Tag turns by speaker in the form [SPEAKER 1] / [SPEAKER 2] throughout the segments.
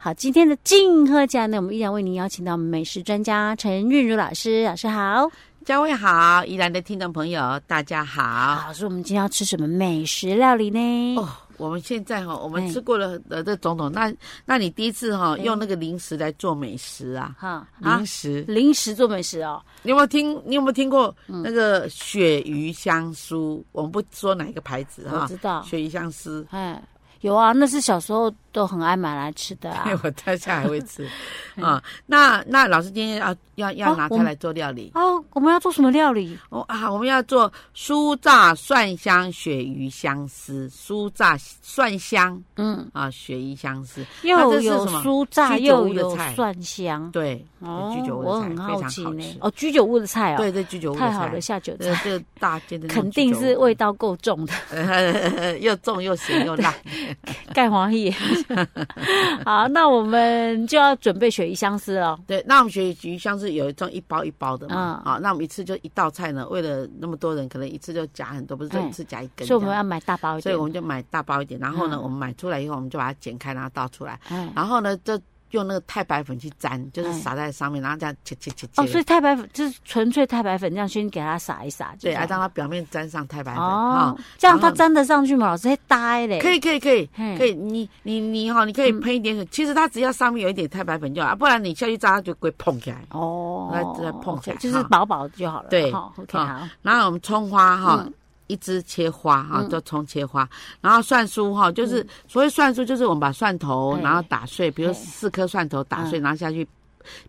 [SPEAKER 1] 好，今天的静喝家呢，我们依然为您邀请到我们美食专家陈韵如老师，老师好。
[SPEAKER 2] 嘉惠好，宜兰的听众朋友大家好。
[SPEAKER 1] 啊老师，我们今天要吃什么美食料理呢？
[SPEAKER 2] 哦，我们现在哈、我
[SPEAKER 1] 哎
[SPEAKER 2] 们吃过了呃这种种，那那你第一次哈、
[SPEAKER 1] 对
[SPEAKER 2] 用那个零食来做美食啊？
[SPEAKER 1] 哈、啊
[SPEAKER 2] 零，食，
[SPEAKER 1] 零食嗯做美食哦。
[SPEAKER 2] 你有没有听？你有没有听过那个鳕鱼香酥？我们不说哪一个牌子
[SPEAKER 1] 我
[SPEAKER 2] 哈
[SPEAKER 1] 知，道，
[SPEAKER 2] 鳕鱼香酥，
[SPEAKER 1] 哎，有啊，那是小时候都很爱买来吃 的啊。
[SPEAKER 2] 因为我待下还会吃 啊。那那老师今天要要要
[SPEAKER 1] 哦
[SPEAKER 2] 拿
[SPEAKER 1] 我
[SPEAKER 2] 它
[SPEAKER 1] 们
[SPEAKER 2] 来做料理
[SPEAKER 1] 哦，我们要做什么料理？
[SPEAKER 2] 哦啊，我们要做酥炸蒜香鳕鱼香丝，酥炸蒜香
[SPEAKER 1] 嗯，
[SPEAKER 2] 啊鳕鱼香丝。那
[SPEAKER 1] 又
[SPEAKER 2] 这是
[SPEAKER 1] 有
[SPEAKER 2] 什么
[SPEAKER 1] 酥炸，
[SPEAKER 2] 居酒
[SPEAKER 1] 又
[SPEAKER 2] 屋的
[SPEAKER 1] 有
[SPEAKER 2] 菜
[SPEAKER 1] 蒜香。
[SPEAKER 2] 对，
[SPEAKER 1] 哦，
[SPEAKER 2] 居酒屋
[SPEAKER 1] 我
[SPEAKER 2] 的菜
[SPEAKER 1] 很
[SPEAKER 2] 非常
[SPEAKER 1] 好
[SPEAKER 2] 好
[SPEAKER 1] 奇呢
[SPEAKER 2] 吃。。
[SPEAKER 1] 哦，居酒屋的菜哦，
[SPEAKER 2] 对，对，居酒屋的
[SPEAKER 1] 太好了，
[SPEAKER 2] 菜，
[SPEAKER 1] 下酒
[SPEAKER 2] 这
[SPEAKER 1] 菜
[SPEAKER 2] 这大间的那种
[SPEAKER 1] 肯定
[SPEAKER 2] 居酒
[SPEAKER 1] 是
[SPEAKER 2] 屋
[SPEAKER 1] 味道够重的。
[SPEAKER 2] 又重又咸又辣。
[SPEAKER 1] 盖黄奕。好，那我们就要准备鳕鱼香丝了。
[SPEAKER 2] 对，那我们鳕鱼香是有一种一包一包的嘛，
[SPEAKER 1] 嗯
[SPEAKER 2] 啊，那我们一次就一道菜呢，为了那么多人，可能一次就夹很多，不是就
[SPEAKER 1] 哎
[SPEAKER 2] 一次夹一根这
[SPEAKER 1] 所以
[SPEAKER 2] 样。
[SPEAKER 1] 我们要买大包一
[SPEAKER 2] 所
[SPEAKER 1] 点
[SPEAKER 2] 以我。们就买大包一点，然后呢，
[SPEAKER 1] 嗯
[SPEAKER 2] 我们买出来以后，我们就把它剪开，然后倒出来，
[SPEAKER 1] 哎，
[SPEAKER 2] 然后呢，就用那个太白粉去沾，就是
[SPEAKER 1] 哎
[SPEAKER 2] 撒在上面，然后这样切切切切。
[SPEAKER 1] 哦，所以太白粉就是纯粹太白粉，这样先给它撒一撒，就
[SPEAKER 2] 对，
[SPEAKER 1] 这
[SPEAKER 2] 啊，
[SPEAKER 1] 样
[SPEAKER 2] 让它表面沾上太白粉啊
[SPEAKER 1] 哦，，这样
[SPEAKER 2] 然后
[SPEAKER 1] 它粘得上去吗？老师会呆嘞，
[SPEAKER 2] 可以可以可以
[SPEAKER 1] 哎嘿嗯
[SPEAKER 2] 可以，你你你哈，你可以喷一点水，其实它只要上面有一点太白粉就好，啊不然你下去炸它就会碰起来。
[SPEAKER 1] 哦，
[SPEAKER 2] 那再碰起来
[SPEAKER 1] OK，就是
[SPEAKER 2] 哈
[SPEAKER 1] 薄薄的就好了。
[SPEAKER 2] 对
[SPEAKER 1] 哈，OK，
[SPEAKER 2] 哈
[SPEAKER 1] 好，
[SPEAKER 2] 然后我们葱花哈
[SPEAKER 1] 嗯，
[SPEAKER 2] 一只切花哈，
[SPEAKER 1] 嗯
[SPEAKER 2] 就葱切花。然后蒜酥哈，就是所谓蒜酥，就是我们把蒜头
[SPEAKER 1] 嘿
[SPEAKER 2] 然后打碎，比如
[SPEAKER 1] 嘿
[SPEAKER 2] 四颗蒜头打碎，然后下去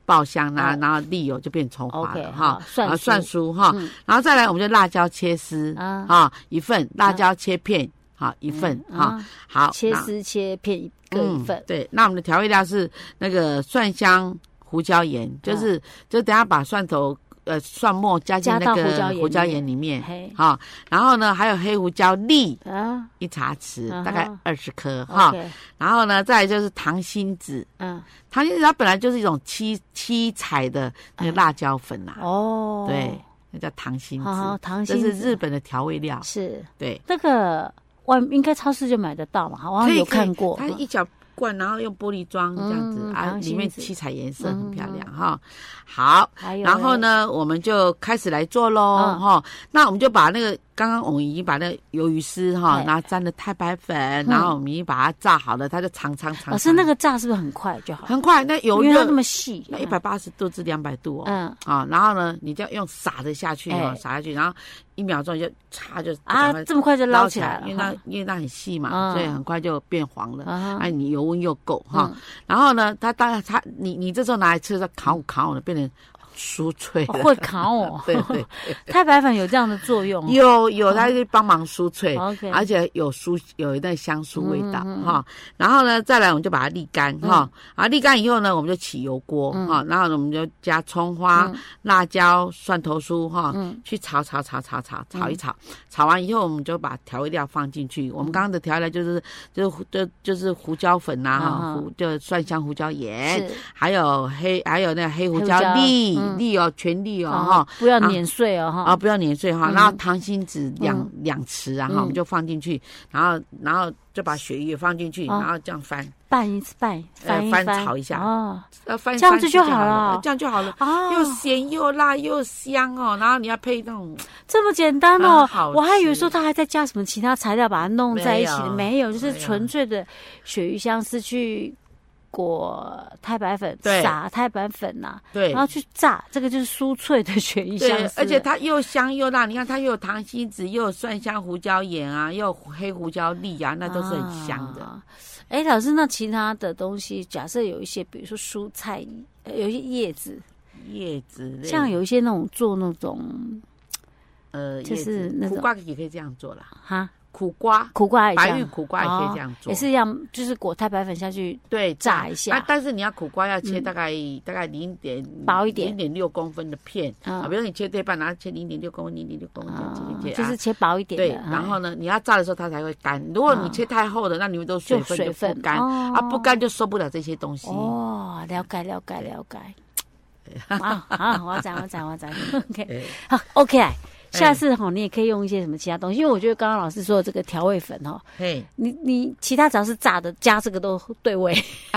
[SPEAKER 2] 爆香，然
[SPEAKER 1] 嗯
[SPEAKER 2] 后然后沥油就变葱花
[SPEAKER 1] OK，
[SPEAKER 2] 了
[SPEAKER 1] 好
[SPEAKER 2] 哈。
[SPEAKER 1] 蒜
[SPEAKER 2] 然后蒜
[SPEAKER 1] 酥
[SPEAKER 2] 酥哈
[SPEAKER 1] 嗯，
[SPEAKER 2] 然后再来我们就辣椒切丝
[SPEAKER 1] 啊
[SPEAKER 2] 啊一份，辣椒切片好一份哈，，好
[SPEAKER 1] 嗯切
[SPEAKER 2] 那
[SPEAKER 1] 丝切片一各一份
[SPEAKER 2] 嗯。，对，那我们的调味料是那个蒜香、胡椒盐，
[SPEAKER 1] 啊
[SPEAKER 2] 就是、就等下把蒜头呃蒜末加进
[SPEAKER 1] 加
[SPEAKER 2] 那
[SPEAKER 1] 到
[SPEAKER 2] 个
[SPEAKER 1] 胡椒盐
[SPEAKER 2] 胡椒
[SPEAKER 1] 里面
[SPEAKER 2] 盐里面，
[SPEAKER 1] 嘿
[SPEAKER 2] 好、然后呢还有黑胡椒粒
[SPEAKER 1] 啊，
[SPEAKER 2] 一茶匙，
[SPEAKER 1] 啊哈
[SPEAKER 2] 大概二十颗嗯哈，
[SPEAKER 1] 啊 OK，
[SPEAKER 2] 然后呢再来就是糖心子，
[SPEAKER 1] 嗯，
[SPEAKER 2] 糖心子它本来就是一种七七彩的那个辣椒粉呐、
[SPEAKER 1] 哎哦，
[SPEAKER 2] 对，，那叫糖心
[SPEAKER 1] 好好，
[SPEAKER 2] 子，
[SPEAKER 1] 糖
[SPEAKER 2] 这
[SPEAKER 1] 心
[SPEAKER 2] 是
[SPEAKER 1] 子
[SPEAKER 2] 日本的调味料，
[SPEAKER 1] 是
[SPEAKER 2] 对，
[SPEAKER 1] 那个外应该超市就买得到嘛，好哦像有看过。
[SPEAKER 2] 它一小罐，然后用玻璃装这样子、
[SPEAKER 1] 嗯
[SPEAKER 2] 啊，
[SPEAKER 1] 糖心
[SPEAKER 2] 里面
[SPEAKER 1] 子
[SPEAKER 2] 七彩颜色
[SPEAKER 1] 嗯
[SPEAKER 2] 很漂亮哈、好，
[SPEAKER 1] 还有嘞，
[SPEAKER 2] 然后呢，我们就开始来做喽
[SPEAKER 1] 哎嗯
[SPEAKER 2] 哈、那我们就把那个刚刚我们已经把那个鱿鱼丝哈
[SPEAKER 1] 对，
[SPEAKER 2] 然后沾了太白粉，然后我们已经把它炸好了，它就长长长。
[SPEAKER 1] 老师那
[SPEAKER 2] 个
[SPEAKER 1] 个哦炸是不是很快就好？
[SPEAKER 2] 很快，那油
[SPEAKER 1] 因为它
[SPEAKER 2] 热
[SPEAKER 1] 那么细，啊
[SPEAKER 2] 那一百八十度至两百度哦。
[SPEAKER 1] 嗯
[SPEAKER 2] 啊，然后呢，你就要用撒的下去哦
[SPEAKER 1] 哎，
[SPEAKER 2] 撒下去，然后一秒钟就擦就
[SPEAKER 1] 啊
[SPEAKER 2] 赶快，
[SPEAKER 1] 这么快就捞
[SPEAKER 2] 捞
[SPEAKER 1] 起来了
[SPEAKER 2] 因为那
[SPEAKER 1] 哈。
[SPEAKER 2] 因为那很细
[SPEAKER 1] 嗯
[SPEAKER 2] 嘛，所以很快就变黄了。
[SPEAKER 1] 啊
[SPEAKER 2] 哎，你油温又够
[SPEAKER 1] 哈，
[SPEAKER 2] 哈
[SPEAKER 1] 嗯，
[SPEAKER 2] 然后呢，它当然它你你这时候拿来吃的时候烤烤的变成酥脆
[SPEAKER 1] 哦
[SPEAKER 2] 了，。
[SPEAKER 1] 会扛哦
[SPEAKER 2] 对对，
[SPEAKER 1] 太白粉有这样的作用哦。
[SPEAKER 2] 有有它就帮忙酥脆，
[SPEAKER 1] OK，
[SPEAKER 2] 而且有酥有一段香酥味道
[SPEAKER 1] 嗯嗯嗯
[SPEAKER 2] 哈。然后呢，再来我们就把它沥干哈，啊沥干以后呢，我们就起油锅
[SPEAKER 1] 嗯
[SPEAKER 2] 哈，然后呢我们就加葱花、辣椒、蒜头酥哈，
[SPEAKER 1] 嗯
[SPEAKER 2] 去炒炒炒炒炒炒一炒，炒完以后我们就把调味料放进
[SPEAKER 1] 嗯
[SPEAKER 2] 去。我们刚刚的调味料就是就是就就是胡椒粉呐、
[SPEAKER 1] 嗯
[SPEAKER 2] 哈，
[SPEAKER 1] 嗯
[SPEAKER 2] 胡就蒜香胡椒盐，
[SPEAKER 1] 是
[SPEAKER 2] 还有黑还有那个黑胡
[SPEAKER 1] 黑胡
[SPEAKER 2] 椒
[SPEAKER 1] 椒
[SPEAKER 2] 粒
[SPEAKER 1] 嗯
[SPEAKER 2] 粒哦，全粒哦哈
[SPEAKER 1] 哦，，不要
[SPEAKER 2] 啊
[SPEAKER 1] 碾碎哦
[SPEAKER 2] 啊，
[SPEAKER 1] 哈。
[SPEAKER 2] 不要碾碎哈，
[SPEAKER 1] 嗯
[SPEAKER 2] 然后糖心子两
[SPEAKER 1] 嗯
[SPEAKER 2] 两匙啊哈，
[SPEAKER 1] 嗯
[SPEAKER 2] 我们就放进去，然后然后就把鳕鱼也放进去，
[SPEAKER 1] 哦
[SPEAKER 2] 然后这样翻，
[SPEAKER 1] 拌一次拌，翻一
[SPEAKER 2] 呃翻炒一下
[SPEAKER 1] 哦
[SPEAKER 2] 呃翻
[SPEAKER 1] 这样
[SPEAKER 2] 翻
[SPEAKER 1] 子
[SPEAKER 2] 起
[SPEAKER 1] 就
[SPEAKER 2] 就
[SPEAKER 1] 好
[SPEAKER 2] 好
[SPEAKER 1] 了
[SPEAKER 2] 呃这样就好了。
[SPEAKER 1] 啊，
[SPEAKER 2] 又咸又辣又香哦，然后你要配那种
[SPEAKER 1] 这么简单
[SPEAKER 2] 很
[SPEAKER 1] 哦
[SPEAKER 2] 好！吃
[SPEAKER 1] 我还以为说它还在加什么其他材料把它弄在一起的，没
[SPEAKER 2] 没
[SPEAKER 1] 有，就是
[SPEAKER 2] 没有
[SPEAKER 1] 纯粹的鳕鱼香丝去裹太白粉，
[SPEAKER 2] 对
[SPEAKER 1] 撒太白粉啊呐、
[SPEAKER 2] 对
[SPEAKER 1] 然后去炸，这个就是酥脆的鳕鱼
[SPEAKER 2] 对
[SPEAKER 1] 哦香，丝。
[SPEAKER 2] 而且它又香又辣，你看它又有糖心子，又有蒜香胡椒盐啊，又有黑胡椒粒啊，那都是很香的。
[SPEAKER 1] 啊哎、老师，那其他的东西，假设有一些，比如说蔬菜，呃有一些叶子，
[SPEAKER 2] 叶子类
[SPEAKER 1] 像有一些那种做那种
[SPEAKER 2] 呃，
[SPEAKER 1] 就
[SPEAKER 2] 叶
[SPEAKER 1] 是
[SPEAKER 2] 子
[SPEAKER 1] 那
[SPEAKER 2] 苦
[SPEAKER 1] 种
[SPEAKER 2] 瓜也可以这样做啦，
[SPEAKER 1] 哈
[SPEAKER 2] 苦瓜
[SPEAKER 1] 苦瓜也这
[SPEAKER 2] 白玉
[SPEAKER 1] 样，
[SPEAKER 2] 苦瓜也可以
[SPEAKER 1] 哦
[SPEAKER 2] 这样做，
[SPEAKER 1] 也是一样，就是裹太白粉下去
[SPEAKER 2] 对
[SPEAKER 1] 炸一下嗯
[SPEAKER 2] 啊，但是你要苦瓜要切大概、大概零点
[SPEAKER 1] 薄一点
[SPEAKER 2] 零点六公分的片、
[SPEAKER 1] 嗯
[SPEAKER 2] 啊，比如你切对半，然后切零点六公分、零点六公分这样切
[SPEAKER 1] 啊
[SPEAKER 2] 切切，
[SPEAKER 1] 就是
[SPEAKER 2] 啊
[SPEAKER 1] 切薄一点的
[SPEAKER 2] 对，
[SPEAKER 1] 哎
[SPEAKER 2] 然后呢，你要炸的时候它才会干。如果你切太厚的，那里面都水
[SPEAKER 1] 就
[SPEAKER 2] 分
[SPEAKER 1] 水分
[SPEAKER 2] 不干、
[SPEAKER 1] 哦
[SPEAKER 2] 啊，不干就受不了这些东西。
[SPEAKER 1] 哦，了解了 解了解。啊啊！我知我知我知，OK，
[SPEAKER 2] 哎
[SPEAKER 1] 好 OK 来。下次哈、你也可以用一些什么其他东西，因为我觉得刚刚老师说的这个调味粉哈，
[SPEAKER 2] 嘿，
[SPEAKER 1] 你你其他只要是炸的，加这个都对味，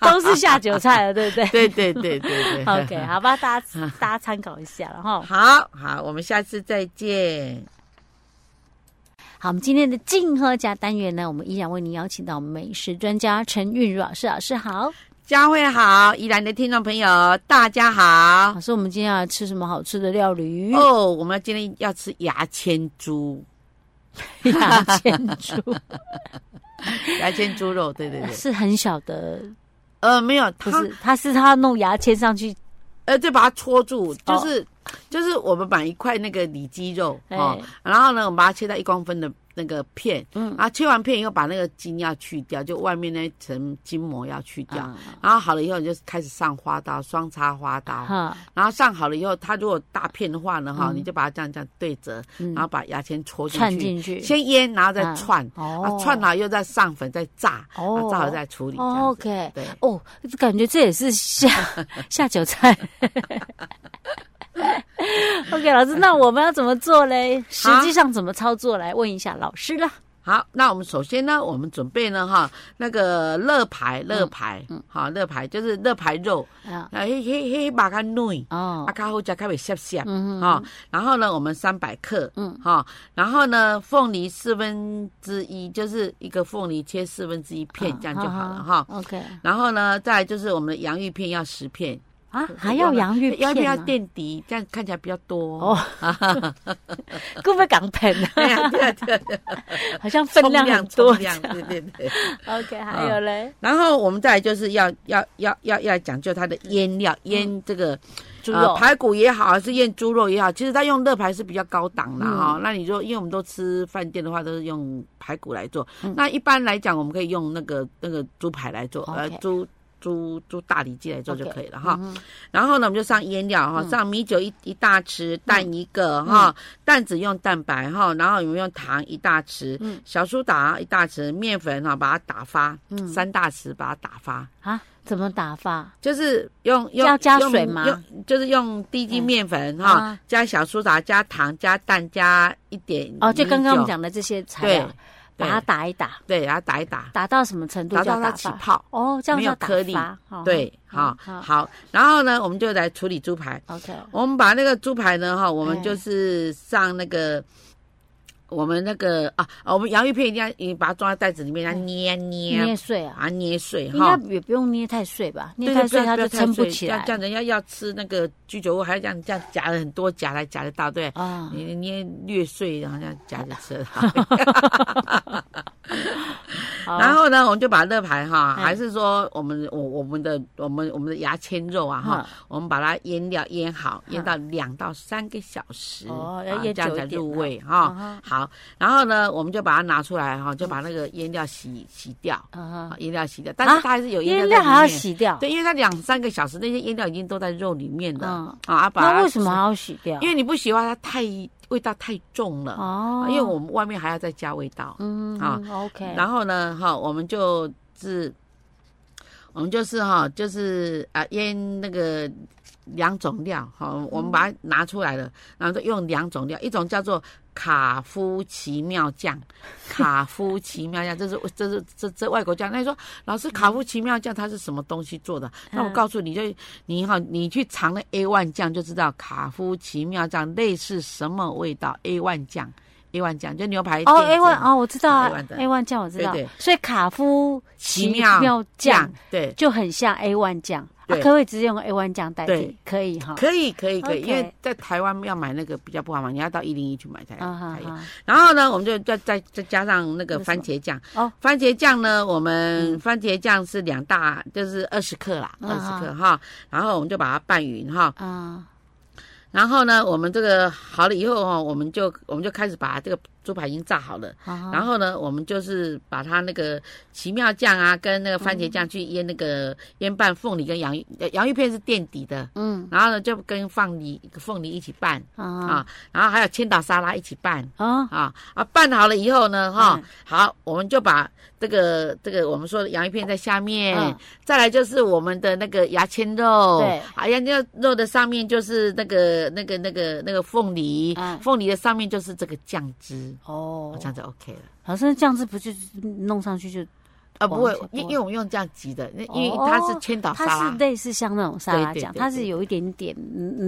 [SPEAKER 1] 都是下酒菜了，对不对？
[SPEAKER 2] 对对对对对
[SPEAKER 1] OK，好吧，大家大家参考一下了哈。
[SPEAKER 2] 好好，我们下次再见。
[SPEAKER 1] 好，我们今天的静喝家单元呢，我们依然为您邀请到美食专家陈韵如老师，老师好。
[SPEAKER 2] 佳慧好，宜兰的听众朋友大家好
[SPEAKER 1] 老。师，我们今天要吃什么好吃的料理？
[SPEAKER 2] 哦，我们今天要吃牙签猪，
[SPEAKER 1] 牙签 猪
[SPEAKER 2] 牙签猪肉，对对对，
[SPEAKER 1] 是很小的，
[SPEAKER 2] 呃，没有，
[SPEAKER 1] 不
[SPEAKER 2] 它
[SPEAKER 1] 是，它是它弄牙签上去，
[SPEAKER 2] 呃，对，把它戳住，就是、就是我们买一块那个里脊肉
[SPEAKER 1] 哦哎
[SPEAKER 2] 哦，然后呢，我们把它切到一公分的那个片，
[SPEAKER 1] 嗯
[SPEAKER 2] 然后切完片以后，把那个筋要去掉，就外面那一层筋膜要去掉，
[SPEAKER 1] 啊
[SPEAKER 2] 然后好了以后，你就开始上花刀，双叉花刀，
[SPEAKER 1] 哈，
[SPEAKER 2] 然后上好了以后，它如果大片的话呢，哈、
[SPEAKER 1] 嗯
[SPEAKER 2] 你就把它这样这样对折，
[SPEAKER 1] 嗯
[SPEAKER 2] 然后把牙签戳进去，
[SPEAKER 1] 串进去，
[SPEAKER 2] 先腌，然后再
[SPEAKER 1] 嗯
[SPEAKER 2] 串，啊
[SPEAKER 1] 哦，
[SPEAKER 2] 串好又再上粉，再炸，
[SPEAKER 1] 哦
[SPEAKER 2] 啊炸好再处理，这样子。
[SPEAKER 1] ，OK，
[SPEAKER 2] 对，
[SPEAKER 1] 哦，感觉这也是 下下酒菜。OK，老师，那我们要怎么做嘞？实际上怎么操作？来问一下老师啦。
[SPEAKER 2] 好，那我们首先呢，我们准备呢哈，那个乐牌，
[SPEAKER 1] 嗯
[SPEAKER 2] 乐牌，好，乐牌就是乐牌肉，
[SPEAKER 1] 啊，
[SPEAKER 2] 啊，嘿嘿嘿，把它嫩，
[SPEAKER 1] 哦
[SPEAKER 2] 啊，，较好食，较袂涩涩，
[SPEAKER 1] 嗯
[SPEAKER 2] 哈。然后呢，我们三百克，
[SPEAKER 1] 嗯
[SPEAKER 2] 嗯，哈。然后呢，凤梨四分之一，就是一个凤梨切四分之一片，
[SPEAKER 1] 嗯
[SPEAKER 2] 这样就好
[SPEAKER 1] 啊
[SPEAKER 2] 了哈。
[SPEAKER 1] OK，
[SPEAKER 2] 然后呢，再来就是我们的洋芋片要十片，
[SPEAKER 1] 啊，还要洋芋
[SPEAKER 2] 洋芋
[SPEAKER 1] 片
[SPEAKER 2] 片要
[SPEAKER 1] 吗？
[SPEAKER 2] 垫底，这样看起来比较多
[SPEAKER 1] 哦。会不会港片啊？
[SPEAKER 2] 对哎呀，对呀，对呀，
[SPEAKER 1] 好像 分量很多
[SPEAKER 2] 冲。量，冲啊量对对对。
[SPEAKER 1] OK，还有嘞，
[SPEAKER 2] 然后我们再来就是要要要要要讲究它的腌料，腌这个
[SPEAKER 1] 嗯猪
[SPEAKER 2] 呃
[SPEAKER 1] 肉
[SPEAKER 2] 排骨也好，还是腌猪肉也好，其实它用乐牌是比较高档啦
[SPEAKER 1] 嗯
[SPEAKER 2] 哈、那你说，因为我们都吃饭店的话，都是用排骨来做。
[SPEAKER 1] 嗯
[SPEAKER 2] 那一般来讲，我们可以用那个那个猪排来做，呃
[SPEAKER 1] OK，
[SPEAKER 2] 猪猪猪大里脊来做就可以了哈。
[SPEAKER 1] 嗯
[SPEAKER 2] 然后呢，我们就上腌料哈，上米酒一一大匙，
[SPEAKER 1] 嗯
[SPEAKER 2] 蛋一个哈，蛋只用蛋白哈，然后我们用糖一大匙
[SPEAKER 1] 嗯，
[SPEAKER 2] 小苏打一大匙，面粉哈，把它打发
[SPEAKER 1] 嗯，
[SPEAKER 2] 三大匙把它打发，
[SPEAKER 1] 啊，怎么打发？
[SPEAKER 2] 就是用用
[SPEAKER 1] 要加
[SPEAKER 2] 用
[SPEAKER 1] 水吗
[SPEAKER 2] 用就是用低筋面粉
[SPEAKER 1] 啊
[SPEAKER 2] 哈，加小苏打，加糖，加蛋，加一点
[SPEAKER 1] 哦，就刚刚我们
[SPEAKER 2] 米酒
[SPEAKER 1] 讲的这些材料
[SPEAKER 2] 嗯对，
[SPEAKER 1] 把它打一打，
[SPEAKER 2] 对，然后打一打，
[SPEAKER 1] 打到什么程度
[SPEAKER 2] 打
[SPEAKER 1] 叫
[SPEAKER 2] 到它
[SPEAKER 1] 打
[SPEAKER 2] 起
[SPEAKER 1] 发？
[SPEAKER 2] 泡，
[SPEAKER 1] 哦，这样
[SPEAKER 2] 没有
[SPEAKER 1] 叫打
[SPEAKER 2] 颗粒
[SPEAKER 1] 发。哦
[SPEAKER 2] 对，
[SPEAKER 1] 好
[SPEAKER 2] 好，好，然后呢，我们就来处理猪排。
[SPEAKER 1] ，OK，
[SPEAKER 2] 我们把那个猪排呢，哈，我们
[SPEAKER 1] 嗯哎
[SPEAKER 2] 就是上那个。我们那个啊，啊我们洋芋片一定要，你把它装在袋子里面，它捏
[SPEAKER 1] 嗯捏
[SPEAKER 2] 捏，
[SPEAKER 1] 碎啊，
[SPEAKER 2] 把它捏碎
[SPEAKER 1] 应该
[SPEAKER 2] 哈。
[SPEAKER 1] 也不用捏太碎吧？
[SPEAKER 2] 对
[SPEAKER 1] 捏太碎
[SPEAKER 2] 对
[SPEAKER 1] 它
[SPEAKER 2] 不
[SPEAKER 1] 就
[SPEAKER 2] 要
[SPEAKER 1] 撑不
[SPEAKER 2] 太碎
[SPEAKER 1] 起
[SPEAKER 2] 这样
[SPEAKER 1] 来
[SPEAKER 2] 这样人家要吃那个居酒屋，还要这样这样夹了很多，夹来夹得到，对。
[SPEAKER 1] 啊。
[SPEAKER 2] 你捏略碎，然后这样夹着吃。
[SPEAKER 1] 好
[SPEAKER 2] 然后呢，我们就把乐牌
[SPEAKER 1] 哦
[SPEAKER 2] 哈，
[SPEAKER 1] 哎
[SPEAKER 2] 还是说我们我我们的我们我们的牙签肉啊哈，我们把它腌料腌好，
[SPEAKER 1] 嗯
[SPEAKER 2] 腌到两到三个小时，
[SPEAKER 1] 哦要
[SPEAKER 2] 啊
[SPEAKER 1] 腌
[SPEAKER 2] 这样
[SPEAKER 1] 久一
[SPEAKER 2] 才
[SPEAKER 1] 点
[SPEAKER 2] 入
[SPEAKER 1] 啊
[SPEAKER 2] 味
[SPEAKER 1] 啊
[SPEAKER 2] 哈。
[SPEAKER 1] 哈
[SPEAKER 2] 好，然后呢，我们就把它拿出来哈，就把那个腌料洗洗掉，
[SPEAKER 1] 啊
[SPEAKER 2] 啊
[SPEAKER 1] 哈，
[SPEAKER 2] 腌料洗掉，但是它还是有
[SPEAKER 1] 啊腌
[SPEAKER 2] 腌
[SPEAKER 1] 料
[SPEAKER 2] 料
[SPEAKER 1] 还
[SPEAKER 2] 在
[SPEAKER 1] 要
[SPEAKER 2] 里面。
[SPEAKER 1] 洗掉，
[SPEAKER 2] 对，因为它两三个小时，那些腌料已经都在肉里面了
[SPEAKER 1] 嗯
[SPEAKER 2] 啊。啊，把
[SPEAKER 1] 那
[SPEAKER 2] 它
[SPEAKER 1] 为什么还要洗掉？
[SPEAKER 2] 因为你不喜欢它太味道太重了，啊
[SPEAKER 1] 哦，
[SPEAKER 2] 因为我们外面还要再加味道。
[SPEAKER 1] 嗯
[SPEAKER 2] 啊
[SPEAKER 1] ，OK，
[SPEAKER 2] 然后呢，哈，我们就是我们就是哈，就是啊腌那个两种料，哈，我们把它拿出来了，然后就用两种料，一种叫做卡夫奇妙酱，卡夫奇妙酱，这是这是这这外国酱。那你说老师卡夫奇妙酱它是什么东西做的？那我
[SPEAKER 1] 嗯
[SPEAKER 2] 告诉你就你哈，你去尝那 A one 酱就知道卡夫奇妙酱类似什么味道，A one 酱。A one 酱就牛排
[SPEAKER 1] 哦
[SPEAKER 2] 店
[SPEAKER 1] ，A
[SPEAKER 2] 这
[SPEAKER 1] one
[SPEAKER 2] 样
[SPEAKER 1] 哦，我知道啊
[SPEAKER 2] 啊，A1 的
[SPEAKER 1] ，A one 酱我知道
[SPEAKER 2] 对对，
[SPEAKER 1] 所以卡夫
[SPEAKER 2] 奇妙
[SPEAKER 1] 妙酱
[SPEAKER 2] 酱，对，
[SPEAKER 1] 就很像 A one 酱，啊，
[SPEAKER 2] 对
[SPEAKER 1] 可不可以直接用 A one 酱代替
[SPEAKER 2] 对？
[SPEAKER 1] 可以哈，
[SPEAKER 2] 可以可以可以
[SPEAKER 1] 啊 OK
[SPEAKER 2] 因为在台湾要买那个比较不好买，你要到一零一去买才
[SPEAKER 1] 啊哈
[SPEAKER 2] 才有。
[SPEAKER 1] 哈，
[SPEAKER 2] 然后呢，我们就再再再加上那
[SPEAKER 1] 那
[SPEAKER 2] 个
[SPEAKER 1] 什么
[SPEAKER 2] 番茄酱。
[SPEAKER 1] 哦，
[SPEAKER 2] 番茄酱呢，我们番茄酱是两大，就是二十克啦，
[SPEAKER 1] 嗯啊
[SPEAKER 2] 二
[SPEAKER 1] 哈
[SPEAKER 2] 十克哈。然后我们就把它拌匀哈。
[SPEAKER 1] 啊，
[SPEAKER 2] 然后呢，我们这个好了以后哈，我们就我们就开始把这个猪排已经炸好了。
[SPEAKER 1] 啊
[SPEAKER 2] 然后呢，我们就是把它那个奇妙酱啊，跟那个番
[SPEAKER 1] 嗯
[SPEAKER 2] 茄酱去腌那个腌拌凤梨跟洋芋，呃洋芋片是垫底的，
[SPEAKER 1] 嗯
[SPEAKER 2] 然后呢就跟放梨凤梨一起拌
[SPEAKER 1] 啊
[SPEAKER 2] 啊，然后还有千岛沙拉一起拌
[SPEAKER 1] 啊
[SPEAKER 2] 啊啊，拌好了以后呢，哈
[SPEAKER 1] 嗯，
[SPEAKER 2] 好，我们就把这个这个我们说的洋芋片在下面
[SPEAKER 1] 嗯，
[SPEAKER 2] 再来就是我们的那个牙签肉
[SPEAKER 1] 对，
[SPEAKER 2] 啊牙签肉的上面就是那个那个那个那个凤梨
[SPEAKER 1] 嗯，
[SPEAKER 2] 凤梨的上面就是这个酱汁，
[SPEAKER 1] 哦
[SPEAKER 2] 这，样就 OK 了。
[SPEAKER 1] 好像这样子不就是弄上去就
[SPEAKER 2] 啊，不会
[SPEAKER 1] 往前，
[SPEAKER 2] 因因
[SPEAKER 1] 多
[SPEAKER 2] 为我们用这样挤的，那因为
[SPEAKER 1] 哦
[SPEAKER 2] 它是千岛沙
[SPEAKER 1] 它是
[SPEAKER 2] 拉，
[SPEAKER 1] 类似像那种沙拉
[SPEAKER 2] 对对
[SPEAKER 1] 酱，
[SPEAKER 2] 对
[SPEAKER 1] 它是
[SPEAKER 2] 对
[SPEAKER 1] 有一点点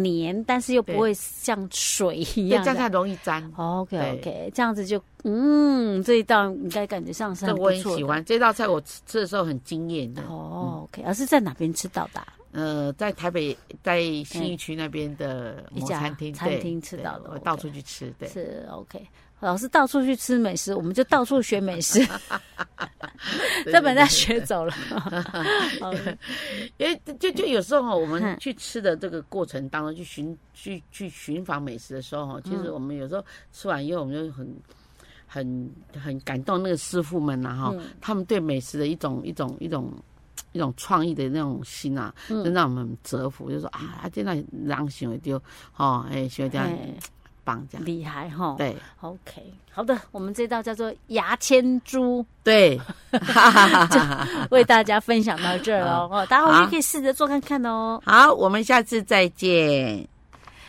[SPEAKER 1] 黏，但是又不
[SPEAKER 2] 对
[SPEAKER 1] 会像水一
[SPEAKER 2] 对，
[SPEAKER 1] 样
[SPEAKER 2] 这样
[SPEAKER 1] 的。
[SPEAKER 2] 才容易粘。
[SPEAKER 1] OK
[SPEAKER 2] 对
[SPEAKER 1] OK，这样子就嗯，这一道应该感觉上是
[SPEAKER 2] 这
[SPEAKER 1] 很
[SPEAKER 2] 我
[SPEAKER 1] 不
[SPEAKER 2] 很
[SPEAKER 1] 错
[SPEAKER 2] 喜
[SPEAKER 1] 的。
[SPEAKER 2] 欢，这道菜我吃吃的时候很惊艳的。
[SPEAKER 1] 哦，OK，而是在哪边吃到的啊？
[SPEAKER 2] 呃，在台北，在新义区那边的
[SPEAKER 1] 一
[SPEAKER 2] 某
[SPEAKER 1] 家
[SPEAKER 2] 餐厅，
[SPEAKER 1] 餐
[SPEAKER 2] 对
[SPEAKER 1] 厅吃
[SPEAKER 2] 对
[SPEAKER 1] 到的
[SPEAKER 2] 我
[SPEAKER 1] OK
[SPEAKER 2] 到处去吃，对，
[SPEAKER 1] 是 OK。老师到处去吃美食，我们就到处学 美食，
[SPEAKER 2] 对
[SPEAKER 1] 这本
[SPEAKER 2] 对
[SPEAKER 1] 在
[SPEAKER 2] 对
[SPEAKER 1] 学走 了。 好
[SPEAKER 2] 因为就就就有时候哦我们
[SPEAKER 1] 嗯
[SPEAKER 2] 去吃的这个过程当中，去寻去去寻访美食的时候哦，其
[SPEAKER 1] 嗯
[SPEAKER 2] 实我们有时候吃完以后，我们就很很很感动那个师傅们呐
[SPEAKER 1] 嗯
[SPEAKER 2] 哈，他们对美食的一种一种一种。一种创意的那种心啊，
[SPEAKER 1] 嗯
[SPEAKER 2] 真让我们很折服。就说啊，啊，真的人想会丢，哦，哎、想会这样
[SPEAKER 1] 哎
[SPEAKER 2] 棒这样，
[SPEAKER 1] 厉害哈！
[SPEAKER 2] 对
[SPEAKER 1] ，OK，好的，我们这道叫做牙签猪，
[SPEAKER 2] 对， 哈哈哈哈 哈。
[SPEAKER 1] 为大家分享到这儿喽。哦，大家回去可以试着做看看哦。
[SPEAKER 2] 好，我们下次再见。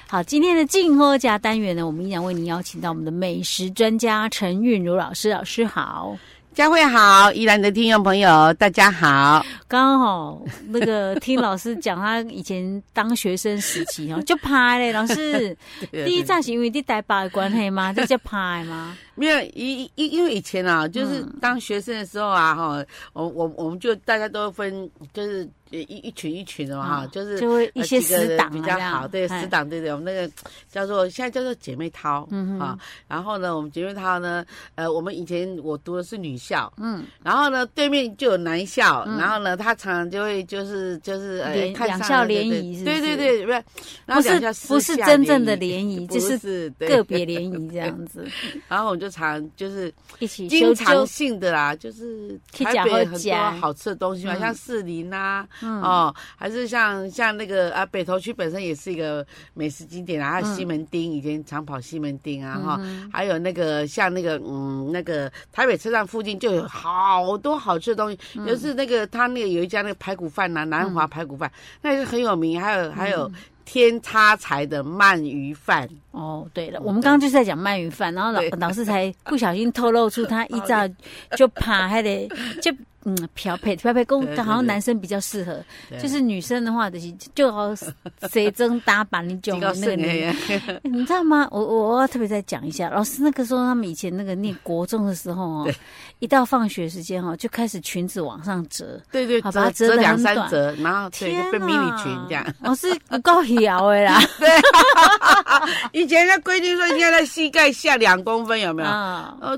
[SPEAKER 1] 好，今天的静喝家单元呢，我们依然为您邀请到我们的美食专家陈韵如老师，老师好。
[SPEAKER 2] 佳慧好，宜兰的听众朋友大家好。
[SPEAKER 1] 刚好那个听老师讲，他以前当学生时期 哦，就拍嘞。老师， 第一站是因为你台北的关系吗？这叫拍 吗？
[SPEAKER 2] 没有，因因因为以前啊，就是当学生的时候
[SPEAKER 1] 嗯
[SPEAKER 2] 啊，哈、我我我们就大家都分，就是一一群一群的嘛，哈、就是
[SPEAKER 1] 哦嗯就会
[SPEAKER 2] 呃
[SPEAKER 1] 一些
[SPEAKER 2] 几个
[SPEAKER 1] 死
[SPEAKER 2] 人
[SPEAKER 1] 党啊
[SPEAKER 2] 比
[SPEAKER 1] 这
[SPEAKER 2] 较
[SPEAKER 1] 样
[SPEAKER 2] 好，对，
[SPEAKER 1] 哎
[SPEAKER 2] 死党，对对，我们那个叫做现在叫做姐妹淘，
[SPEAKER 1] 嗯哼
[SPEAKER 2] 啊，然后呢，我们姐妹淘呢，呃，我们以前我读的是女校，
[SPEAKER 1] 嗯，
[SPEAKER 2] 然后呢，对面就有男校，然后呢，他常常就会就是就是呃
[SPEAKER 1] 联
[SPEAKER 2] 看上
[SPEAKER 1] 两校
[SPEAKER 2] 了对
[SPEAKER 1] 联
[SPEAKER 2] 对
[SPEAKER 1] 谊是不
[SPEAKER 2] 对
[SPEAKER 1] 是
[SPEAKER 2] 对对，不是，然
[SPEAKER 1] 不
[SPEAKER 2] 后
[SPEAKER 1] 是
[SPEAKER 2] 两校私
[SPEAKER 1] 不是
[SPEAKER 2] 下
[SPEAKER 1] 真正的
[SPEAKER 2] 联
[SPEAKER 1] 联谊，
[SPEAKER 2] 不
[SPEAKER 1] 就是
[SPEAKER 2] 是对
[SPEAKER 1] 个别联谊这样 子，
[SPEAKER 2] 然后我们就常就是
[SPEAKER 1] 一起
[SPEAKER 2] 经
[SPEAKER 1] 修
[SPEAKER 2] 常
[SPEAKER 1] 修。
[SPEAKER 2] 性的啦，就是
[SPEAKER 1] 去
[SPEAKER 2] 台
[SPEAKER 1] 吃
[SPEAKER 2] 北
[SPEAKER 1] 好
[SPEAKER 2] 很
[SPEAKER 1] 吃
[SPEAKER 2] 多好吃的东西嘛，
[SPEAKER 1] 嗯
[SPEAKER 2] 像士林呐、
[SPEAKER 1] 嗯
[SPEAKER 2] 哦，还是像像那个啊，北投区本身也是一个美食景点啊，还有
[SPEAKER 1] 嗯
[SPEAKER 2] 西门町，以前长跑西门町啊，哈、
[SPEAKER 1] 嗯
[SPEAKER 2] 还有那个像那个嗯，那个台北车站附近就有好多好吃的东西，
[SPEAKER 1] 嗯
[SPEAKER 2] 就是那个他那个有一家那个排骨饭呐、南华排骨饭，那也是很有名，还有还
[SPEAKER 1] 嗯
[SPEAKER 2] 有天差财的鳗鱼饭，
[SPEAKER 1] 哦，对了，我们刚刚就是在讲鳗鱼饭，然后老
[SPEAKER 2] 嗯对
[SPEAKER 1] 老师才不小心透露出他一 早就怕还得就嗯漂配漂配
[SPEAKER 2] 对
[SPEAKER 1] 公，
[SPEAKER 2] 对
[SPEAKER 1] 好像
[SPEAKER 2] 对
[SPEAKER 1] 男生比较适合，
[SPEAKER 2] 对
[SPEAKER 1] 就是女生的话就是就好谁争搭把你就
[SPEAKER 2] 这个
[SPEAKER 1] 那个
[SPEAKER 2] 是
[SPEAKER 1] 年
[SPEAKER 2] 哎
[SPEAKER 1] 你知道吗？我我我要特别再讲一下，老师那个时候他们以前那个念国中的时候哦，一到放学时间哦，就开始裙子往上折。
[SPEAKER 2] 对对，
[SPEAKER 1] 好
[SPEAKER 2] 折
[SPEAKER 1] 把它折
[SPEAKER 2] 折
[SPEAKER 1] 得
[SPEAKER 2] 两
[SPEAKER 1] 很
[SPEAKER 2] 三
[SPEAKER 1] 短
[SPEAKER 2] 折，然后对
[SPEAKER 1] 天
[SPEAKER 2] 被迷你裙
[SPEAKER 1] 哪
[SPEAKER 2] 这样。，
[SPEAKER 1] 老师不够摇的啦！
[SPEAKER 2] 以前他规定说应该在膝盖下两公分， 有没有？
[SPEAKER 1] 啊，
[SPEAKER 2] 呃，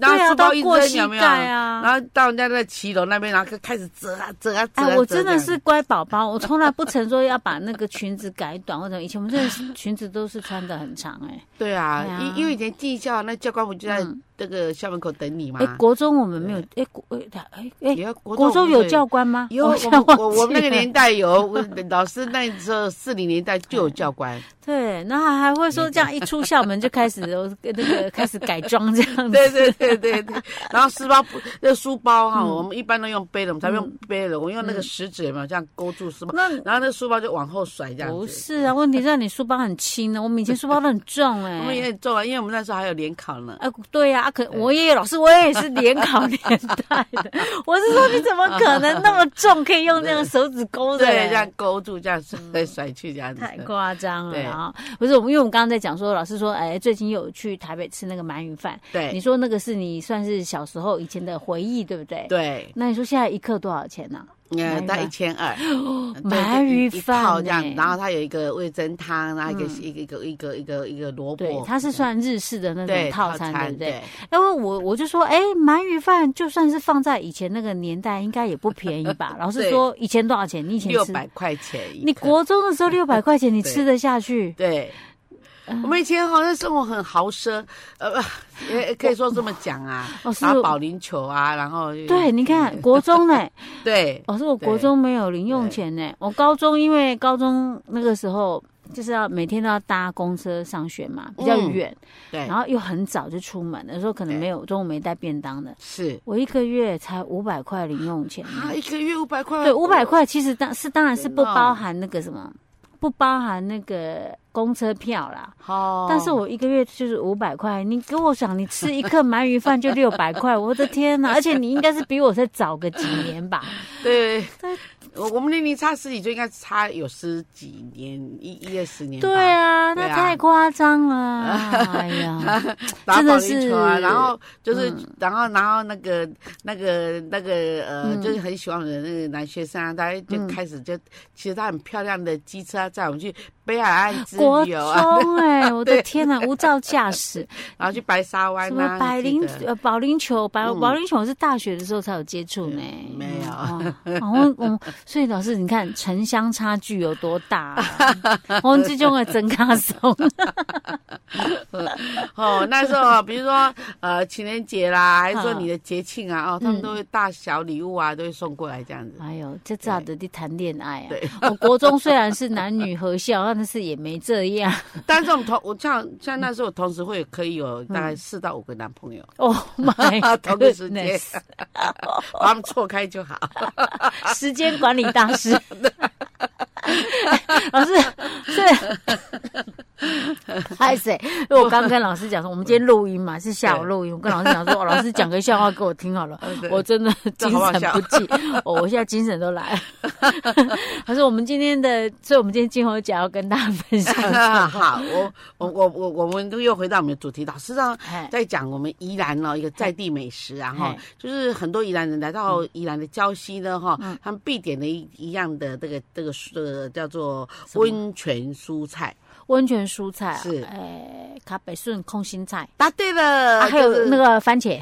[SPEAKER 2] 然后
[SPEAKER 1] 对啊
[SPEAKER 2] 书包一
[SPEAKER 1] 到过
[SPEAKER 2] 扔
[SPEAKER 1] 膝
[SPEAKER 2] 有没有？
[SPEAKER 1] 盖啊
[SPEAKER 2] 然后到人家那骑楼那边，然后开始折啊折啊折啊。
[SPEAKER 1] 哎，我
[SPEAKER 2] 折啊
[SPEAKER 1] 真的
[SPEAKER 2] 这
[SPEAKER 1] 是
[SPEAKER 2] 样
[SPEAKER 1] 乖宝宝，我从来不曾说要把那个裙子改短或者以前我们真的是裙子都是穿的很长哎、
[SPEAKER 2] 对啊
[SPEAKER 1] 对啊，
[SPEAKER 2] 因因为以前技校那教官不就在
[SPEAKER 1] 嗯
[SPEAKER 2] 这个校门口等你嘛
[SPEAKER 1] 哎、？国中我们没有哎国哎哎哎，
[SPEAKER 2] 也要国
[SPEAKER 1] 国中
[SPEAKER 2] 我们
[SPEAKER 1] 有
[SPEAKER 2] 会
[SPEAKER 1] 教官吗？
[SPEAKER 2] 有
[SPEAKER 1] 我
[SPEAKER 2] 我
[SPEAKER 1] 现在
[SPEAKER 2] 们
[SPEAKER 1] 忘
[SPEAKER 2] 我我们那
[SPEAKER 1] 记
[SPEAKER 2] 个
[SPEAKER 1] 了
[SPEAKER 2] 年代 有我老师，那时候四零年代就有教官。
[SPEAKER 1] 对，然后还会说这样一出校门就开始呃那个开始改装这样子。
[SPEAKER 2] 对对对对对， 然后书包不，那书包
[SPEAKER 1] 嗯
[SPEAKER 2] 哈，我们一般都用背的，我们才不用背的，我用那个食指有没有这样勾住书包，
[SPEAKER 1] 嗯那
[SPEAKER 2] 然后那书包就往后甩这样
[SPEAKER 1] 不
[SPEAKER 2] 子。
[SPEAKER 1] 是啊，问题是你书包很轻啊呢、我们以前书包都很重哎、
[SPEAKER 2] 我们也很重啊，因为我们那时候还有联考呢。
[SPEAKER 1] 哎，对呀、啊，可我也有老师，我也是联考年代的。 我是说，你怎么可能那么重，可以用那个手指勾着
[SPEAKER 2] 对
[SPEAKER 1] 嘞？，
[SPEAKER 2] 这样勾住，这样甩甩去这样
[SPEAKER 1] 嗯
[SPEAKER 2] 子。
[SPEAKER 1] 太夸张了
[SPEAKER 2] 对
[SPEAKER 1] 啊！不是我们，因为我们刚刚在讲说，老师说，哎，最近有去台北吃那个鳗鱼饭，你
[SPEAKER 2] 对
[SPEAKER 1] 说那个是你算是小时候以前的回忆，对不对？。
[SPEAKER 2] 对，
[SPEAKER 1] 那你说现在一克多少钱啊呢、
[SPEAKER 2] 呃，
[SPEAKER 1] 鳗鱼
[SPEAKER 2] 到
[SPEAKER 1] 饭
[SPEAKER 2] 一千二，
[SPEAKER 1] 哦鳗
[SPEAKER 2] 对
[SPEAKER 1] 鱼
[SPEAKER 2] 一一套
[SPEAKER 1] 饭
[SPEAKER 2] 这样
[SPEAKER 1] 欸，
[SPEAKER 2] 然后它有一个味噌汤，然后一个一个一个一个一个一个萝
[SPEAKER 1] 对，
[SPEAKER 2] 卜，
[SPEAKER 1] 它是算日式的那种
[SPEAKER 2] 对
[SPEAKER 1] 套
[SPEAKER 2] 套
[SPEAKER 1] 餐，对
[SPEAKER 2] 餐
[SPEAKER 1] 不对？？因为我我就说，哎，鳗鱼饭就算是放在以前那个年代，应该也不便宜 吧？老师
[SPEAKER 2] 对
[SPEAKER 1] 说，以前多少钱？你以前
[SPEAKER 2] 六
[SPEAKER 1] 吃
[SPEAKER 2] 百块钱一克，
[SPEAKER 1] 你国中的时候六百块钱，你吃得下去？
[SPEAKER 2] 对。我们以前好像生活很豪奢，呃，也可以说这么讲啊
[SPEAKER 1] 老，师
[SPEAKER 2] 打保龄球啊，然后
[SPEAKER 1] 哦对，你哦看国中呢，
[SPEAKER 2] 对
[SPEAKER 1] 老师，我国中没有零用钱呢。我高中因为高中那个时候就是要每天都要搭公车上学嘛，比较
[SPEAKER 2] 嗯
[SPEAKER 1] 远，
[SPEAKER 2] 对
[SPEAKER 1] 然后又很早就出门，有时候可能没有中午没带便当的。
[SPEAKER 2] 是
[SPEAKER 1] 我一个月才五百块零用钱，
[SPEAKER 2] 啊，一个月五百块，哦
[SPEAKER 1] 对，五百块其实当是当然是不
[SPEAKER 2] 天哪
[SPEAKER 1] 包含那个什么，不包含那个公车票啦。
[SPEAKER 2] 哦，
[SPEAKER 1] 但是我一个月就是五百块，你给我想，你吃一克鳗鱼饭就六百块，我的天哪！而且你应该是比我再早个几年吧？
[SPEAKER 2] 对
[SPEAKER 1] 但，
[SPEAKER 2] 我我们年龄差十几，就应该差有十几年，一一二十年吧。
[SPEAKER 1] 对啊，那
[SPEAKER 2] 对啊
[SPEAKER 1] 太夸张了！ 哎呀，
[SPEAKER 2] 打
[SPEAKER 1] 真的
[SPEAKER 2] 保龄球啊，
[SPEAKER 1] 是嗯
[SPEAKER 2] 然后就是，然后然后那个那个那个
[SPEAKER 1] 嗯
[SPEAKER 2] 呃，就是很喜欢我的那个男学生啊，他就开始就骑着他很漂亮的机车啊载我们去北海岸自
[SPEAKER 1] 国
[SPEAKER 2] 由啊，
[SPEAKER 1] 中 哎，我的天哪，无照驾驶，
[SPEAKER 2] 然后去白沙湾
[SPEAKER 1] 什
[SPEAKER 2] 啊，
[SPEAKER 1] 么百
[SPEAKER 2] 你
[SPEAKER 1] 龄
[SPEAKER 2] 记得
[SPEAKER 1] 呃保龄球，保
[SPEAKER 2] 嗯
[SPEAKER 1] 保龄球是大学的时候才有接触呢，
[SPEAKER 2] 没有
[SPEAKER 1] 哦哦我我所以老师你看城乡差距有多 大啊，我们这种的真卡松，
[SPEAKER 2] 哦，那时候 啊比如说呃情人节啦，还是说
[SPEAKER 1] 嗯
[SPEAKER 2] 你的节庆啊，哦，他们都会大小礼物啊，都会送过来这样子。
[SPEAKER 1] 哎呦，这早的在谈恋爱啊！
[SPEAKER 2] 对，
[SPEAKER 1] 我国中虽然是男女合校，但是也没这样
[SPEAKER 2] 但是我们同我像像那时候，我同时会可以有大
[SPEAKER 1] 嗯
[SPEAKER 2] 概四到五个男朋友，
[SPEAKER 1] 哦 my
[SPEAKER 2] 同个时间
[SPEAKER 1] goodness，
[SPEAKER 2] 把他们错开就 好。
[SPEAKER 1] 时间管理大师。老师，是，嗨谁？因为我刚跟老师讲说，我们今天录音嘛，是下午录音。我跟老师讲说，哦老师讲个笑话给我听好了，
[SPEAKER 2] 对
[SPEAKER 1] 我真的
[SPEAKER 2] 这
[SPEAKER 1] 精
[SPEAKER 2] 好不好
[SPEAKER 1] 神不济，哦，我现在精神都来了。 他说我们今天的，所以我们今天金猴奖要跟大家分享。
[SPEAKER 2] 好，我我我我我们都又回到我们的主题，老师上
[SPEAKER 1] 哎
[SPEAKER 2] 在讲我们宜兰哦一个在地美食啊哈
[SPEAKER 1] 嘿，
[SPEAKER 2] 就是很多宜兰人来到
[SPEAKER 1] 嗯
[SPEAKER 2] 宜兰的礁溪呢哈，他们必点的一一样的这个这个这个叫做
[SPEAKER 1] 什么
[SPEAKER 2] 温泉蔬菜，
[SPEAKER 1] 温泉蔬菜啊，
[SPEAKER 2] 是
[SPEAKER 1] 哎，卡北顺空心菜。
[SPEAKER 2] 答对了，
[SPEAKER 1] 啊，还有
[SPEAKER 2] 就是
[SPEAKER 1] 那个番 茄，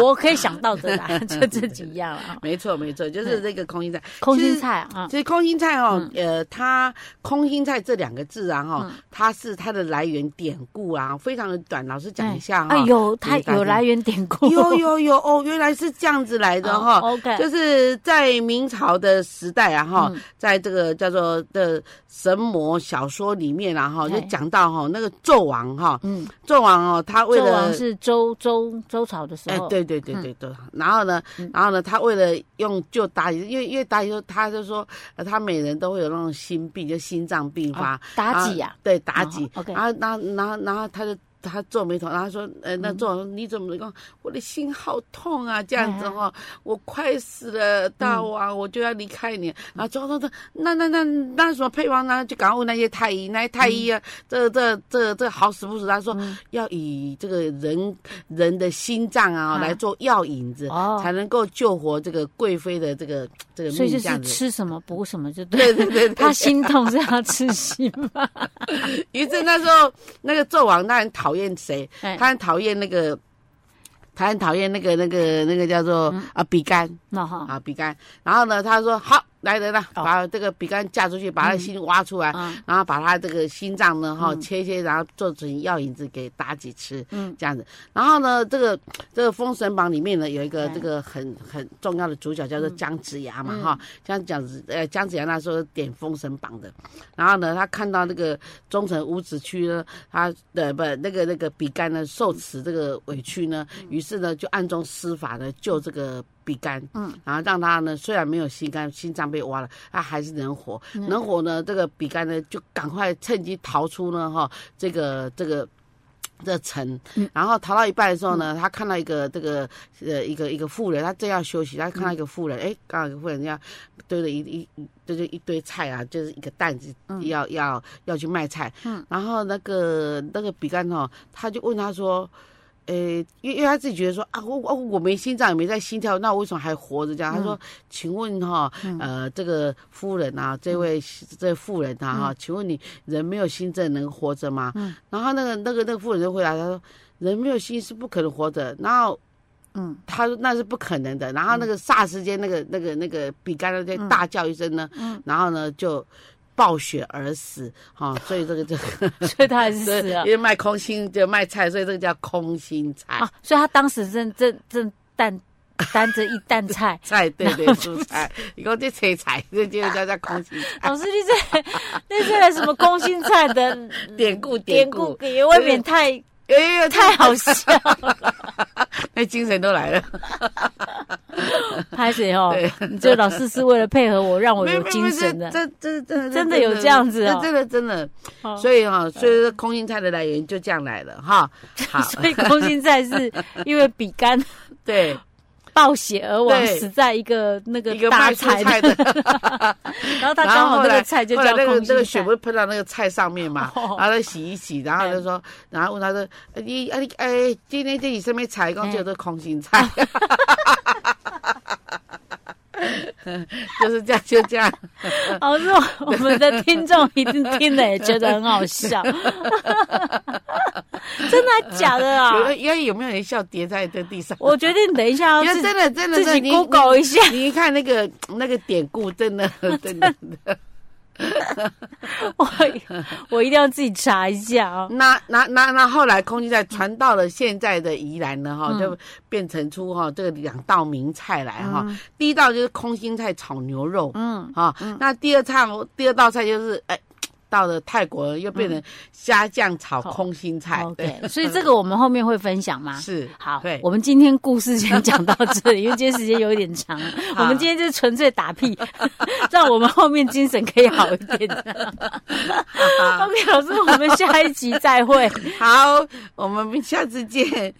[SPEAKER 1] 我可以想到的啦，就这几样啊。
[SPEAKER 2] 没错没错，就是这个空心菜，
[SPEAKER 1] 空
[SPEAKER 2] 其
[SPEAKER 1] 心
[SPEAKER 2] 实
[SPEAKER 1] 菜啊，嗯
[SPEAKER 2] 所以空心菜哦，呃，它空心菜这两个字啊，哈，它是它的来源典故啊，非常的短。老师讲一下哈
[SPEAKER 1] 哎，有它
[SPEAKER 2] 啊给大家
[SPEAKER 1] 有来源典故，
[SPEAKER 2] 有有有哦，原来是这样子来的哈。
[SPEAKER 1] 哦，OK
[SPEAKER 2] 就是在明朝的时代啊，哈，
[SPEAKER 1] 嗯
[SPEAKER 2] 在这个叫做的神魔小说里面啊，哈，就
[SPEAKER 1] 哎
[SPEAKER 2] 讲到哈那个纣王哈，
[SPEAKER 1] 嗯，
[SPEAKER 2] 纣王哦，他为
[SPEAKER 1] 纣
[SPEAKER 2] 了
[SPEAKER 1] 王是嗯周周周朝的时
[SPEAKER 2] 哎
[SPEAKER 1] 候，，
[SPEAKER 2] 对对对对对。然后呢，
[SPEAKER 1] 嗯
[SPEAKER 2] 然后呢，他为了用救妲己，因为因为妲己说，他就说，呃他每人都会有那种心病，就心脏病发
[SPEAKER 1] 啊，，妲己
[SPEAKER 2] 啊
[SPEAKER 1] 呀，，
[SPEAKER 2] 对妲己。
[SPEAKER 1] 哦，OK
[SPEAKER 2] 然后，然后，然后，然后他就。他皱眉头，然后他说：“呃，那纣王说你怎么能够？我的心好痛啊，这样子哦，我快死了，大王，我就要离开你。”然后纣王说：“那那那那有什么配方呢？就赶快问那些太医，那些太医啊，这这这这好死不死。”他说：“要以这个人人的心脏啊
[SPEAKER 1] 啊
[SPEAKER 2] 来做药引子，
[SPEAKER 1] 哦
[SPEAKER 2] 才能够救活这个贵妃的这个这个
[SPEAKER 1] 所以
[SPEAKER 2] 命。”
[SPEAKER 1] 就
[SPEAKER 2] 这样
[SPEAKER 1] 是
[SPEAKER 2] 子。
[SPEAKER 1] 吃什么补什么，就
[SPEAKER 2] 对
[SPEAKER 1] 对。
[SPEAKER 2] 对对，对
[SPEAKER 1] 他心痛是要吃 心吧？
[SPEAKER 2] 于是那时候，那个纣王他很讨厌谁？
[SPEAKER 1] 哎
[SPEAKER 2] 他很讨厌那个，他很讨厌那个那个那个叫做
[SPEAKER 1] 嗯
[SPEAKER 2] 啊比干
[SPEAKER 1] 那哈，
[SPEAKER 2] 啊比干。然后呢，他说好来人了，
[SPEAKER 1] 哦
[SPEAKER 2] 把这个比干嫁出去，把他的心挖出来，
[SPEAKER 1] 嗯
[SPEAKER 2] 然后把他这个心脏呢哈切一切，然后做成药引子给妲己吃，
[SPEAKER 1] 嗯
[SPEAKER 2] 这样子。然后呢，这个这个《封神榜》里面呢有一个
[SPEAKER 1] 对嗯
[SPEAKER 2] 这个很很重要的主角叫做姜子牙嘛哈，姜姜子呃姜子牙那时候点《封神榜》的，然后呢，他看到那个忠臣伍子胥呢，他的不那个那个比干呢受此这个委屈呢，于是呢就暗中施法呢救这个比干，
[SPEAKER 1] 嗯，
[SPEAKER 2] 然后让他呢虽然没有心肝心脏被挖了，他啊还是能活，能活呢这个比干呢就赶快趁机逃出呢哈这个这个。这城，然后逃到一半的时候呢，他看到一个这个呃一个一个妇人，他正要休息，他看到一个妇人，哎，刚好一个妇人要堆了一一一就是一堆菜啊，就是一个担子，要要要去卖菜。
[SPEAKER 1] 嗯
[SPEAKER 2] 然后那个那个比干哦，他就问他说。呃，因为因为他自己觉得说啊，我我我没心脏，也没在心跳，那我为什么还活着？这样、他说，请问哈、
[SPEAKER 1] 嗯
[SPEAKER 2] 呃，这个夫人啊，这位、这位妇人啊，哈、请问你人没有心症能活着吗？
[SPEAKER 1] 嗯
[SPEAKER 2] 然后那个那个那个妇人就回答他说，人没有心是不可能活着。然后
[SPEAKER 1] 嗯，
[SPEAKER 2] 他说那是不可能的。然
[SPEAKER 1] 嗯
[SPEAKER 2] 后那个霎时间，那个那个那个比干呢，就大叫一声呢，然后呢就暴雪而死，哈、 所以这个就
[SPEAKER 1] 所以他还是啊死了
[SPEAKER 2] 因为卖空心就卖菜，所以这个叫空心菜。。
[SPEAKER 1] 啊！所以他当时正正正担担着一担菜
[SPEAKER 2] 菜对对，蔬菜，你讲这切菜，这就叫叫空心菜。
[SPEAKER 1] 老师，你这那这什么空心菜的
[SPEAKER 2] 典故典
[SPEAKER 1] 嗯典
[SPEAKER 2] 故
[SPEAKER 1] 故，，也未免太
[SPEAKER 2] 哎呀，
[SPEAKER 1] 太好笑，
[SPEAKER 2] 那精神都来了。
[SPEAKER 1] 拍谁哦
[SPEAKER 2] 对？
[SPEAKER 1] 你这老师是为了配合我，让我
[SPEAKER 2] 没
[SPEAKER 1] 哦有精神的。
[SPEAKER 2] 这这这
[SPEAKER 1] 真的有这样子哦
[SPEAKER 2] 真的真的。
[SPEAKER 1] 哦
[SPEAKER 2] 所以哈，所以说空心菜的来源就这样来了哈。好，
[SPEAKER 1] 所以空心菜是因为比干
[SPEAKER 2] 对，
[SPEAKER 1] 暴血而亡，
[SPEAKER 2] 对
[SPEAKER 1] 死在一个那个
[SPEAKER 2] 一个
[SPEAKER 1] 大
[SPEAKER 2] 卖蔬
[SPEAKER 1] 菜
[SPEAKER 2] 菜
[SPEAKER 1] 的，
[SPEAKER 2] 的，
[SPEAKER 1] 然后他
[SPEAKER 2] 然
[SPEAKER 1] 刚
[SPEAKER 2] 后
[SPEAKER 1] 好
[SPEAKER 2] 后
[SPEAKER 1] 那
[SPEAKER 2] 来
[SPEAKER 1] 个菜就
[SPEAKER 2] 后来
[SPEAKER 1] 叫
[SPEAKER 2] 那个
[SPEAKER 1] 空
[SPEAKER 2] 那
[SPEAKER 1] 心
[SPEAKER 2] 个血
[SPEAKER 1] 菜
[SPEAKER 2] 不。是喷到那个菜上面嘛，
[SPEAKER 1] 哦哎
[SPEAKER 2] 然后他洗一洗，然后就说，然后问他说，呃你啊你哎，今天这里什么菜？讲
[SPEAKER 1] 哎
[SPEAKER 2] 就是空心菜， 就是这样，就这样。
[SPEAKER 1] 老师，哦我 我们的听众一定听了也觉得很好笑， 真的假的 啊？
[SPEAKER 2] 有因为有没有人笑跌在这地上？
[SPEAKER 1] 我决定等一下要
[SPEAKER 2] 因为
[SPEAKER 1] 哦自
[SPEAKER 2] 真的真的
[SPEAKER 1] 自
[SPEAKER 2] 真的
[SPEAKER 1] 己
[SPEAKER 2] 你
[SPEAKER 1] Google 一下，
[SPEAKER 2] 你一看那个那个典故，真的真 的。
[SPEAKER 1] 我 我一定要自己查一下啊。
[SPEAKER 2] 那那那那后来空气菜传到了现在的宜兰呢，哈，
[SPEAKER 1] 嗯
[SPEAKER 2] 就变成出哈这个两道名菜来哈。第一道就是空心菜炒牛肉，
[SPEAKER 1] 嗯，
[SPEAKER 2] 哈，那第二菜第二道菜就是哎。到了泰国又变成虾酱炒
[SPEAKER 1] 好
[SPEAKER 2] 空心菜，嗯对，
[SPEAKER 1] 嗯 OK，所以这个我们后面会分享吗？
[SPEAKER 2] 是
[SPEAKER 1] 好
[SPEAKER 2] 对，
[SPEAKER 1] 我们今天故事先讲到这里，因为 今天时间有一点长。我们今天就是纯粹打屁， 让我们后面精神可以好一点。OK，老师，我们下一集再会。
[SPEAKER 2] 好，我们下次见，